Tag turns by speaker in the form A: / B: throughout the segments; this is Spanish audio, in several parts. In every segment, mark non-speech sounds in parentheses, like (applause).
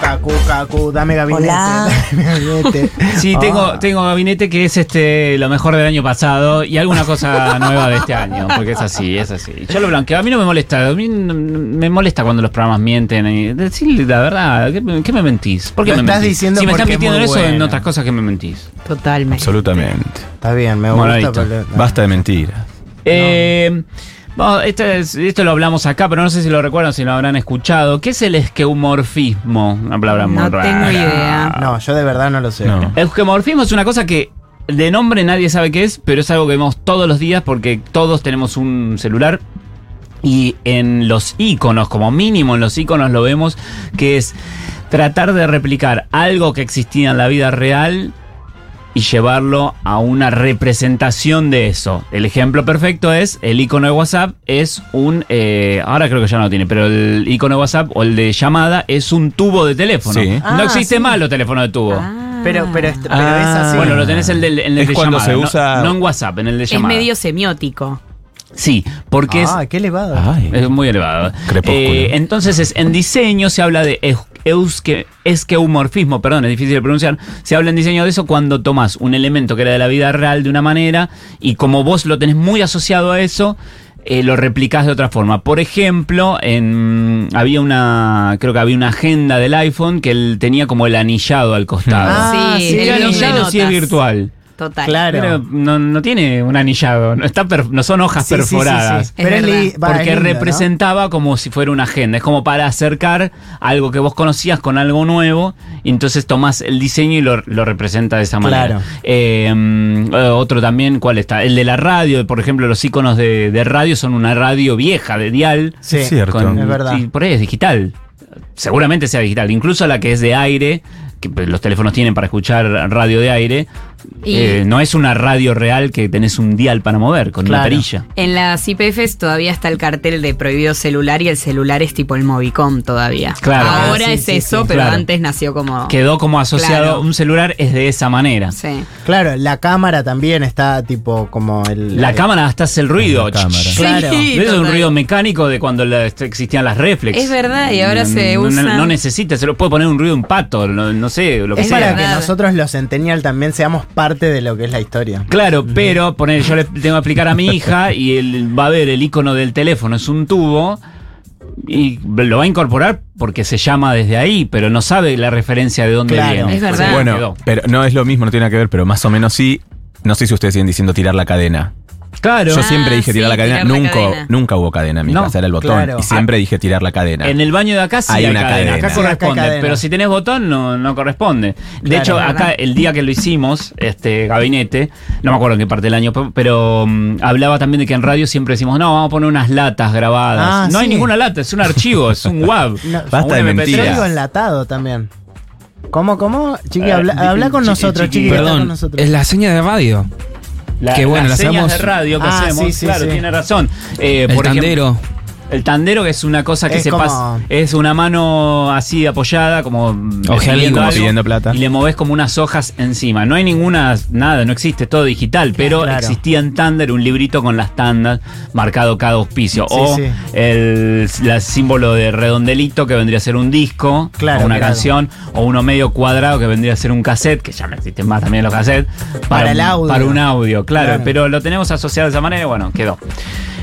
A: Cacu, Cacu, dame gabinete.
B: Hola.
A: Dame
B: (laughs)
A: gabinete.
C: Sí, tengo,
A: Ah.
C: tengo gabinete que es este lo mejor del año pasado y
A: (laughs)
C: alguna cosa nueva de este año, porque es así, es así. Yo lo blanqueo, a mí no me molesta, a mí no- me molesta cuando los programas mienten. Y, decir la verdad, ¿qué, me- qué me mentís? ¿Por qué
A: Lo
C: me
A: estás
C: mentís?
A: diciendo
C: si me están
A: porque es
C: mintiendo en
A: muy
C: eso, en
A: bueno.
C: otras cosas que me mentís.
B: Totalmente.
D: Absolutamente.
A: Está bien, me gusta.
C: Moradito.
A: pero-
D: Basta de mentiras.
C: Eh, bueno, esto, es- esto lo hablamos acá, pero no sé si lo recuerdan, si lo habrán escuchado. ¿Qué es el esqueumorfismo? Una palabra muy
B: No tengo
C: rara.
B: idea.
A: No, yo de verdad no lo sé.
D: No.
C: El esquemorfismo es una cosa que de nombre nadie sabe qué es, pero es algo que vemos todos los días porque todos tenemos un celular. Y en los iconos, como mínimo en los iconos lo vemos, que es tratar de replicar algo que existía en la vida real y llevarlo a una representación de eso. El ejemplo perfecto es el icono de WhatsApp es un eh, ahora creo que ya no lo tiene, pero el icono de WhatsApp o el de llamada es un tubo de teléfono.
D: Sí.
C: no
B: Ah,
C: existe
B: sí.
C: más los teléfonos de tubo.
B: Ah.
A: Pero, pero, est- pero
D: Ah.
A: es así.
C: Bueno, lo tenés el del, en el
D: Es
C: de
D: cuando
C: llamada,
D: se
C: no-
D: usa-
C: no, en WhatsApp, en el de
B: es
C: llamada.
B: medio semiótico.
C: Sí, porque es-
A: Ah, qué elevado.
D: Ay.
C: es, muy elevado.
D: Crepúsculo.
C: Eh, entonces, es- en diseño se habla de eu- eusque- esqueumorfismo, perdón, es difícil de pronunciar. Se habla en diseño de eso cuando tomás un elemento que era de la vida real de una manera y como vos lo tenés muy asociado a eso. eh, lo replicás de otra forma. Por ejemplo, en, había una. Creo que había una agenda del iPhone que él tenía como el anillado al costado.
A: Ah,
B: sí,
A: sí,
B: el
C: el
B: libro de
C: anillado sí es
B: notas.
C: virtual.
B: Total.
A: Claro.
C: Pero no, no tiene un anillado, no, está per- no son hojas
A: Sí, sí, sí, sí.
C: perforadas.
A: Pero
B: Es
A: es li- va,
C: Porque
A: es lindo, ¿no?
C: representaba como si fuera una agenda. Es como para acercar algo que vos conocías con algo nuevo. Y entonces tomás el diseño y lo, lo representa de esa manera.
A: Claro.
C: Eh, mm, eh, otro también, ¿cuál está? El de la radio. Por ejemplo, los iconos de, de radio son una radio vieja, de dial.
A: Sí.
D: Cierto.
C: Con-
A: Es verdad.
C: sí, por ahí es digital. Seguramente sea digital. Incluso la que es de aire, que pues, los teléfonos tienen para escuchar radio de aire,
B: Y-
C: eh, no es una radio real que tenés un dial para mover con una
A: Claro.
C: perilla.
B: En las IPFs todavía está el cartel de prohibido celular y el celular es tipo el Movicom todavía.
C: Claro.
B: Ahora
A: Ah, sí,
B: es
A: sí,
B: eso,
A: sí,
B: pero
C: claro.
B: antes nació como.
C: Quedó como asociado,
B: Claro.
C: un celular es de esa manera.
B: Sí.
A: Claro, la cámara también está tipo como el.
C: La
A: el-
C: cámara hasta hace el ruido.
D: La cámara.
A: Claro.
B: Sí,
C: Eso es un
B: total.
C: ruido mecánico de cuando la- este, existían las reflex.
B: Es verdad, y ahora
C: No-
B: se
C: no,
B: usan-
C: No, necesita, se lo puede poner un ruido de un pato, no, no sé, lo que
A: Es
C: sea.
A: para que
B: Verdad.
A: nosotros los Centennial también seamos parte de lo que es la historia.
C: Claro, pero poner, yo le tengo que explicar a mi hija y él va a ver el icono del teléfono, es un tubo. Y lo va a incorporar porque se llama desde ahí, pero no sabe la referencia de dónde
A: Claro.
C: viene.
B: Es verdad.
C: Se
D: Bueno,
C: quedó.
D: pero no es lo mismo, no tiene nada que ver, pero más o menos sí. No sé si ustedes siguen diciendo tirar la cadena.
C: Claro.
B: Ah,
D: Yo siempre
B: sí,
D: dije tirar la cadena.
B: tirar la
D: nunca,
B: cadena.
D: nunca hubo cadena en mi
C: No,
D: casa, era el botón.
A: claro.
D: Y siempre dije tirar la cadena.
C: En el baño de acá sí
D: Hay
C: hay,
D: una
C: cadena.
D: cadena.
C: Acá
A: Sí, acá hay
C: corresponde.
A: cadena.
C: Pero si tenés botón, no, no corresponde. De
A: Claro,
C: hecho,
A: ¿verdad?
C: acá el día que lo hicimos, este gabinete, no me acuerdo en qué parte del año, pe- pero mm, hablaba también de que en radio siempre decimos, no, vamos a poner unas latas grabadas.
A: Ah,
C: no hay
A: sí.
C: ninguna lata, es un archivo, es un WAV.
A: No,
D: Basta
C: un
D: de
C: MP3.
A: Yo digo
D: mentiras.
A: enlatado también. ¿Cómo, cómo? Chiqui,
C: Eh,
A: habla,
C: di-
A: habla con
C: chiqui,
A: nosotros,
C: chiqui.
A: chiqui, habla con
E: Perdón,
A: nosotros.
E: es la seña de radio.
C: La-
E: Que bueno,
C: las
E: las
C: señas
E: hacemos-
C: de radio que
A: Ah,
C: hacemos,
A: sí, sí,
C: claro,
A: sí.
C: tiene razón. Eh,
E: El
C: por ejemplo,
E: tandero.
C: el tandero que es una cosa que
A: Es
C: se
A: como-
C: pasa, es una mano así apoyada como
D: Ojeando
C: pidiendo
D: como
C: algo,
D: pidiendo plata.
C: y le moves como unas hojas encima. No hay ninguna nada, no existe todo digital, pero
A: claro.
C: existía en Tander un librito con las tandas marcado cada auspicio
A: Sí,
C: o
A: sí.
C: el la símbolo de redondelito que vendría a ser un disco,
A: Claro,
C: o una
A: claro.
C: canción o uno medio cuadrado que vendría a ser un cassette, que ya no existen más también los cassettes
A: Para el
C: un-
A: audio.
C: para un audio, claro,
A: Claro.
C: pero lo tenemos asociado de esa manera y bueno, quedó.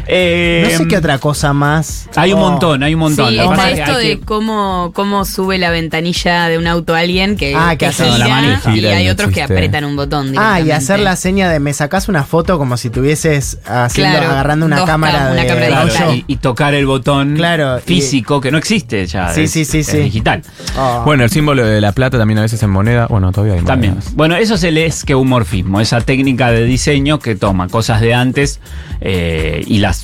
C: Eh,
A: no sé qué otra cosa más.
C: hay un
A: Oh,
C: montón, hay un montón.
B: Sí,
C: Lo
B: está
C: que pasa es que
B: esto
C: hay
B: de
C: que-
B: cómo, cómo sube la ventanilla de un auto a alguien que,
A: Ah, que hace
B: gira,
A: con la
D: manija.
B: y
D: Gira y
B: hay
D: no
B: otros que
C: este-
D: existe.
B: apretan un botón
A: Ah, y
B: directamente.
A: hacer la seña de me sacás una foto como si estuvieses haciendo,
B: Claro,
A: agarrando una
B: dos
A: cámara
B: cam-
A: de
B: una cámara
C: Claro,
B: digital.
C: y, y tocar el botón
A: Claro, y-
C: físico que no existe ya.
A: Sí,
C: es-
A: sí, sí,
C: es
A: sí.
C: digital.
A: Oh.
D: Bueno, el símbolo de la plata también a veces en moneda. Bueno, todavía hay
C: También.
D: monedas.
C: Bueno, eso es el esqueumorfismo, esa técnica de diseño que toma cosas de antes eh, y las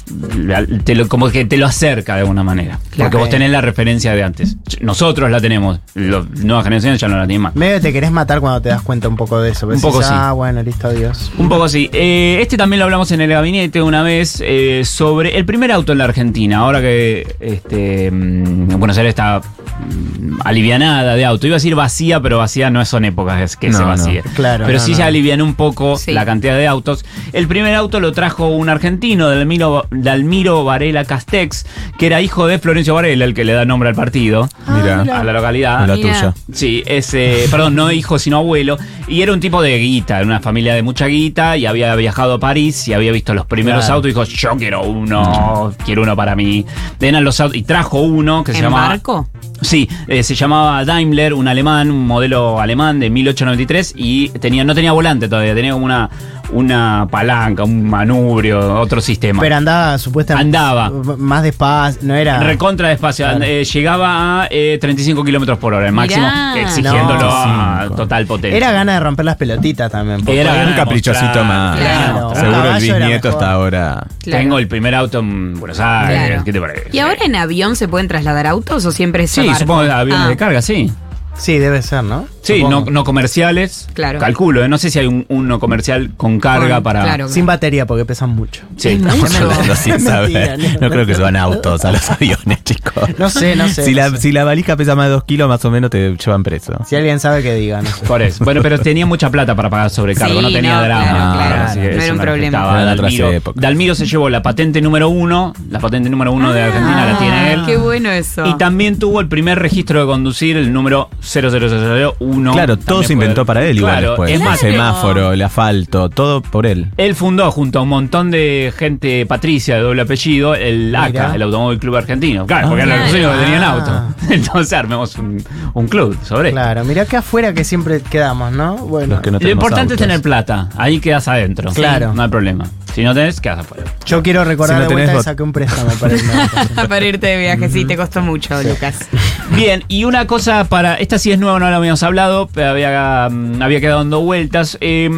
C: la- te lo- como que te lo acerca de alguna manera. Porque vos tenés la referencia de antes. Nosotros la tenemos, las nuevas generaciones ya no la tienen más.
A: Medio que te querés matar cuando te das cuenta un poco de eso. pero
C: Un poco
A: decís,
C: sí.
A: Ah, bueno, listo, adiós.
C: Un poco así. Eh, este también lo hablamos en el gabinete una vez eh, sobre el primer auto en la Argentina. Ahora que este, mm, Buenos Aires está mm, alivianada de auto. Iba a decir vacía, pero vacía no son épocas es que
D: No,
C: se
D: no.
C: vacíe.
A: Claro,
C: pero
A: no,
C: sí
A: no.
C: se alivianó un poco
B: Sí.
C: la cantidad de autos. El primer auto lo trajo un argentino, Dalmiro, Dalmiro Varela Castex, que era hijo de Florencio Varela, el que le da nombre al partido.
D: Ah, Mira.
C: a la localidad.
D: A la
B: Mira.
D: tuya.
C: Sí, es, eh, perdón, no hijo, sino abuelo. Y era un tipo de guita, era una familia de mucha guita y había viajado a París y había visto los primeros
E: Claro.
C: autos y dijo, yo quiero uno, quiero uno para mí. Eran los autos y trajo uno que se
B: ¿En
C: llamaba...
B: barco?
C: Sí, eh, se llamaba Daimler, un alemán, un modelo alemán de 1893 y tenía, no tenía volante todavía, tenía como una, una palanca, un manubrio, otro sistema.
A: Pero ah, andaba supuestamente.
C: Andaba.
A: m- Más despacio, no era.
C: Recontra despacio,
E: Claro.
C: eh, llegaba a eh, 35 kilómetros por hora, el máximo,
B: Mirá.
C: exigiéndolo a
D: No.
C: total potencia.
A: Era gana de romper las pelotitas también. porque-
C: Era
D: Era un
C: demostrar.
D: caprichosito más.
A: Un
B: Claro.
D: Seguro el
A: caballo era
D: bisnieto
A: mejor.
D: está ahora.
B: Claro.
C: Tengo el primer auto en Buenos Aires,
B: Claro.
C: ¿qué te parece?
B: ¿Y ahora en avión se pueden trasladar autos o siempre es a
C: Sí,
B: barco?
C: supongo que aviones
B: Ah,
C: de carga, sí.
D: Eh.
A: Sí, debe ser, ¿no?
C: Sí, no,
A: Supongo.
C: no comerciales.
B: Claro.
C: Calculo, ¿eh? no sé si hay un, uno comercial con carga
B: Con-
C: para.
B: claro.
A: Sin batería porque pesan mucho.
C: Sí,
B: Es
C: estamos
B: mucho.
C: hablando.
D: (laughs) Hablando sin
A: Mentira,
D: saber.
A: no.
D: No creo que se van autos a los aviones, chicos.
A: (laughs) No sé, no sé.
D: Si
A: no
D: la,
A: sé.
D: si la valija pesa más de dos kilos, más o menos te llevan preso.
A: Si alguien sabe que diga, no sé.
C: Por eso. Bueno, pero tenía mucha plata para pagar sobrecargo,
B: Sí,
C: no tenía
B: no,
C: drama.
B: claro,
A: claro.
C: Así que
B: No
C: eso
B: era un problema.
C: afectaba a
D: Eran otras
C: Dalmiro.
D: épocas.
C: Dalmiro se llevó la patente número uno, la patente número uno de Argentina la tiene él.
B: Ah, Qué bueno eso.
C: Y también tuvo el primer registro de conducir, el número 00001.
D: Claro, todo
C: También
D: se
C: fue
D: inventó
C: él.
D: para él igual
C: Claro,
D: después.
C: Es
D: el
C: más,
D: semáforo, el asfalto, todo por él.
C: Él fundó junto a un montón de gente patricia de doble apellido el ACA,
A: Mirá.
C: el Automóvil Club Argentino. Claro,
D: Ah.
C: porque eran los
B: Claro.
C: únicos que tenían auto.
A: Ah.
C: (laughs) Entonces armemos un, un club sobre esto.
A: Claro, mirá que afuera que siempre quedamos, ¿no? Bueno,
D: Los que no
C: Lo
D: tenemos
C: importante es
D: autos.
C: tener plata, ahí quedas adentro.
A: Claro.
C: No hay problema. Si no tenés, quedas afuera.
A: yo quiero recordar
D: Si no
A: de vuelta
D: tenés
A: que
D: bot-
A: saqué un préstamo para
D: (laughs)
A: irme. de vacaciones.
B: (laughs) para irte de viaje, sí, te costó mucho, Lucas.
C: Bien, y una cosa para. Esta sí es nueva, no la habíamos hablado, pero había, mm, había quedado dando vueltas. Eh,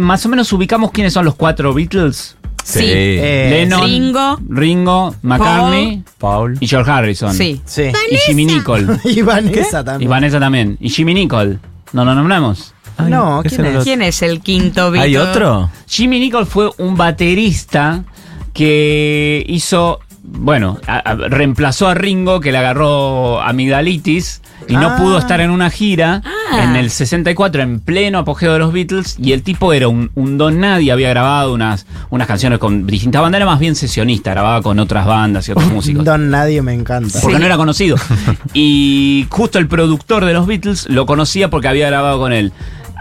C: más o menos ubicamos quiénes son los cuatro Beatles:
B: Sí.
D: Sí.
A: Eh,
C: Lennon,
B: Ringo.
C: Ringo, McCartney
D: Paul.
C: y George Harrison.
B: Sí.
A: Sí.
C: Y Jimmy
A: (laughs)
C: Nicol.
A: Y Vanessa
C: y
A: también.
C: Vanessa también. Y Jimmy Nicol. No lo nombramos.
D: Ay,
A: No,
D: ese
A: ¿quién es?
D: lo-
B: ¿Quién es el quinto Beatle?
D: ¿Hay otro?
C: Jimmy Nicol fue un baterista que hizo, bueno, a- a- reemplazó a Ringo que le agarró amigdalitis y no
A: Ah.
C: pudo estar en una gira
B: Ah.
C: en el 64 en pleno apogeo de los Beatles y el tipo era un, un don nadie, había grabado unas, unas canciones con distintas bandas, era más bien sesionista, grababa con otras bandas y otros músicos.
A: Don Nadie me encanta.
C: Porque no era conocido. Y justo el productor de los Beatles lo conocía porque había grabado con él.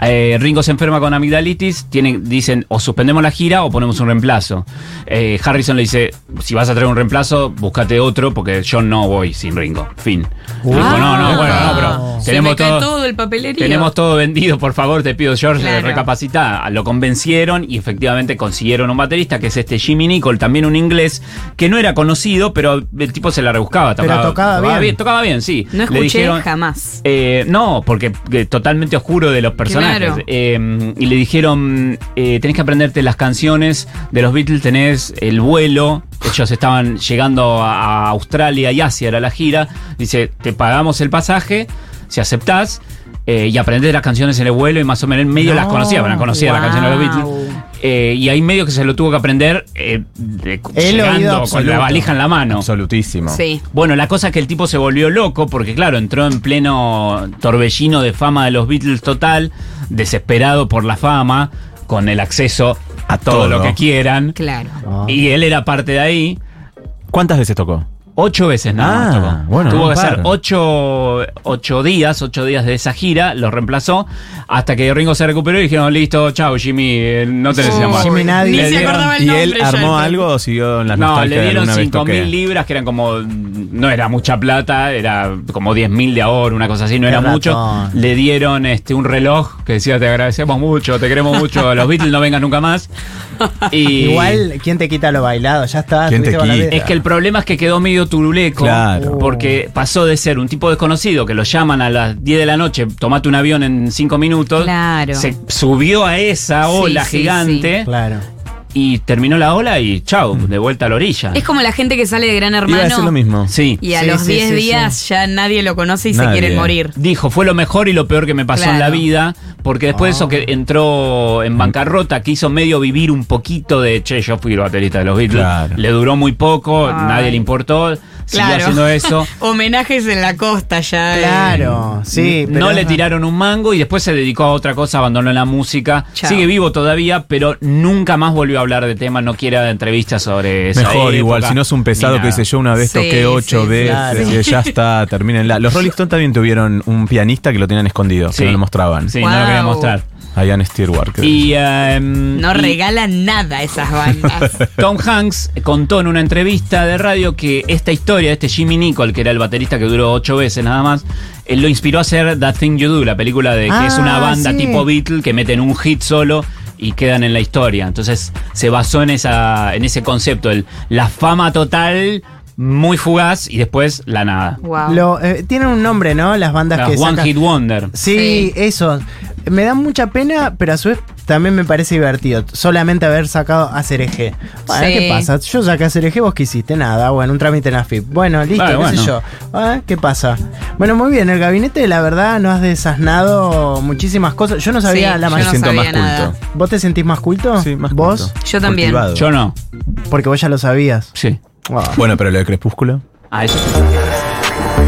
C: Eh, Ringo se enferma con amigdalitis, tiene- dicen o suspendemos la gira o ponemos un reemplazo. Eh, Harrison le dice, si vas a traer un reemplazo, búscate otro porque yo no voy sin Ringo. Fin. Ringo, no, no, bueno, no, pero
B: Ah. Se
C: tenemos
B: me cae
C: todo,
B: todo el papelerío.
C: tenemos todo vendido, por favor, te pido George,
B: Claro.
C: eh, recapacita. Lo convencieron y efectivamente consiguieron un baterista que es este Jimmy Nicol, también un inglés que no era conocido, pero el tipo se la rebuscaba.
A: Pero tocaba bien.
C: Tocaba bien, sí.
B: No
C: Le
B: escuché
C: dijeron-
B: jamás.
C: eh, no, porque eh, totalmente oscuro de los personajes.
B: Claro.
C: Eh, y le dijeron, eh, tenés que aprenderte las canciones de los Beatles, tenés el vuelo. Ellos estaban llegando a a Australia y Asia, era la gira. Dice, te pagamos el pasaje, si aceptás, eh, y aprendés las canciones en el vuelo y más o menos en medio
A: No,
C: las conocía, pero no conocía la
B: wow.
C: canción de los Beatles. Eh, y ahí medio que se lo tuvo que aprender eh, de-
A: El oído
C: llegando con la
A: absoluto.
C: valija en la mano.
D: Absolutísimo.
B: Sí.
C: Bueno, la cosa es que el tipo se volvió loco porque, claro, entró en pleno torbellino de fama de los Beatles total, desesperado por la fama, con el acceso a todo,
D: Todo.
C: lo que quieran.
B: Claro.
A: Ah.
C: Y él era parte de ahí.
D: ¿Cuántas veces tocó?
C: Ocho veces nada
D: Ah,
C: más tocó.
D: bueno,
C: Tuvo
D: un
C: que
D: par.
C: hacer ocho, ocho días, ocho días de esa gira, lo reemplazó, hasta que Ringo se recuperó y dijeron, listo, chao Jimmy, eh, no tenés
B: Oh,
C: amor.
A: Jimmy nadie.
B: Ni
A: Le
B: se
A: dieron-
B: acordaba el
D: ¿Y
B: nombre.
D: él
B: ya
D: armó
B: del-
D: algo o siguió en las
C: No,
D: nostalgias
C: le
D: de
C: dieron
D: alguna vez
C: 5
D: toqué?
C: mil libras, que eran como. No era mucha plata, era como 10 mil de ahorro, una cosa así, no
A: Qué
C: era
A: ratón.
C: mucho. Le dieron este un reloj que decía: Te agradecemos mucho, te queremos mucho, los Beatles no vengan
B: (laughs)
C: nunca más. Y
A: Igual, ¿quién te quita lo bailado? Ya está.
D: ¿Quién te
A: estuviste con la
D: quita?
A: vida.
C: Es que el problema es que quedó medio turuleco.
B: Oh.
D: Claro.
C: Porque pasó de ser un tipo desconocido que lo llaman a las 10 de la noche, tomate un avión en 5 minutos.
B: Claro.
C: Se subió a esa
B: Sí,
C: ola
B: sí,
C: gigante
A: Claro.
C: y terminó la ola y chau, de vuelta a la orilla.
B: Es como la gente que sale de Gran
D: Iba a decir lo
B: Hermano
D: mismo.
C: Sí.
B: y a
A: Sí,
B: los
A: sí,
B: 10
A: sí,
B: días ya nadie lo conoce y se
D: Nadie.
B: quieren morir.
C: Dijo, fue lo mejor y lo peor que me pasó en la
B: Claro.
C: vida, porque después de eso
D: Ah.
C: que entró en bancarrota, quiso medio vivir un poquito de, che, yo fui el baterista de los Beatles,
D: Claro.
C: le duró muy poco, nadie le importó, siguió
B: Claro. (laughs)
C: haciendo eso.
B: Homenajes en la costa ya. eh.
A: Claro, sí.
C: no
A: pero-
C: le tiraron un mango y después se dedicó a otra cosa, abandonó la música.
B: Chao.
C: Sigue vivo todavía, pero nunca más volvió a hablar de temas, no quiere dar entrevistas sobre esa
D: Mejor igual,
C: época,
D: si no es un pesado
C: ni
D: que
C: nada.
D: dice yo una vez
B: Sí,
D: toqué ocho
B: sí,
D: veces,
A: claro.
D: y ya está, termínenla. Los Rolling Stones también tuvieron un pianista que lo tenían escondido,
C: Sí.
D: que no lo mostraban.
C: Sí, no lo quería
B: Wow.
C: mostrar.
D: A Ian Stewart. que-
C: Y, em,
B: No
C: y
B: regalan nada a esas bandas.
C: Tom Hanks contó en una entrevista de radio que esta historia, este Jimmy Nicol, que era el baterista que duró ocho veces nada más, él lo inspiró a hacer That Thing You Do, la película de que
A: Ah,
C: es una banda
A: sí.
C: tipo Beatle que meten un hit solo y quedan en la historia. Entonces se basó en, esa, en ese concepto, el- la fama total muy fugaz y después la nada.
B: wow.
A: Lo, eh, tienen un nombre, ¿no? Las bandas
C: Las
A: que
C: One
A: sacan-
C: Hit Wonder.
A: Sí,
B: Sí.
A: eso. Me da mucha pena, pero a su vez también me parece divertido. Solamente haber sacado a Cereje. Bueno,
B: Sí.
A: ¿qué pasa? Yo saqué a Cereje, vos qué hiciste nada. Bueno, un trámite en AFIP. Bueno, listo,
C: Ah,
A: qué
C: bueno.
A: sé yo. Ah, ¿Qué pasa? Bueno, muy bien. El gabinete, la verdad, nos has desasnado muchísimas cosas. Yo no sabía
B: Sí,
A: la
B: yo
D: Me
A: mayor.
B: no
D: siento
B: sabía
D: más
B: nada.
D: culto.
A: ¿Vos te sentís más culto?
D: Sí, más
A: Ah, ¿Vos?
D: culto.
B: Yo también.
D: Cultivado.
C: Yo no.
A: Porque vos ya lo sabías.
C: Sí.
A: Wow.
D: Bueno, pero lo de Crepúsculo.
C: Ah, eso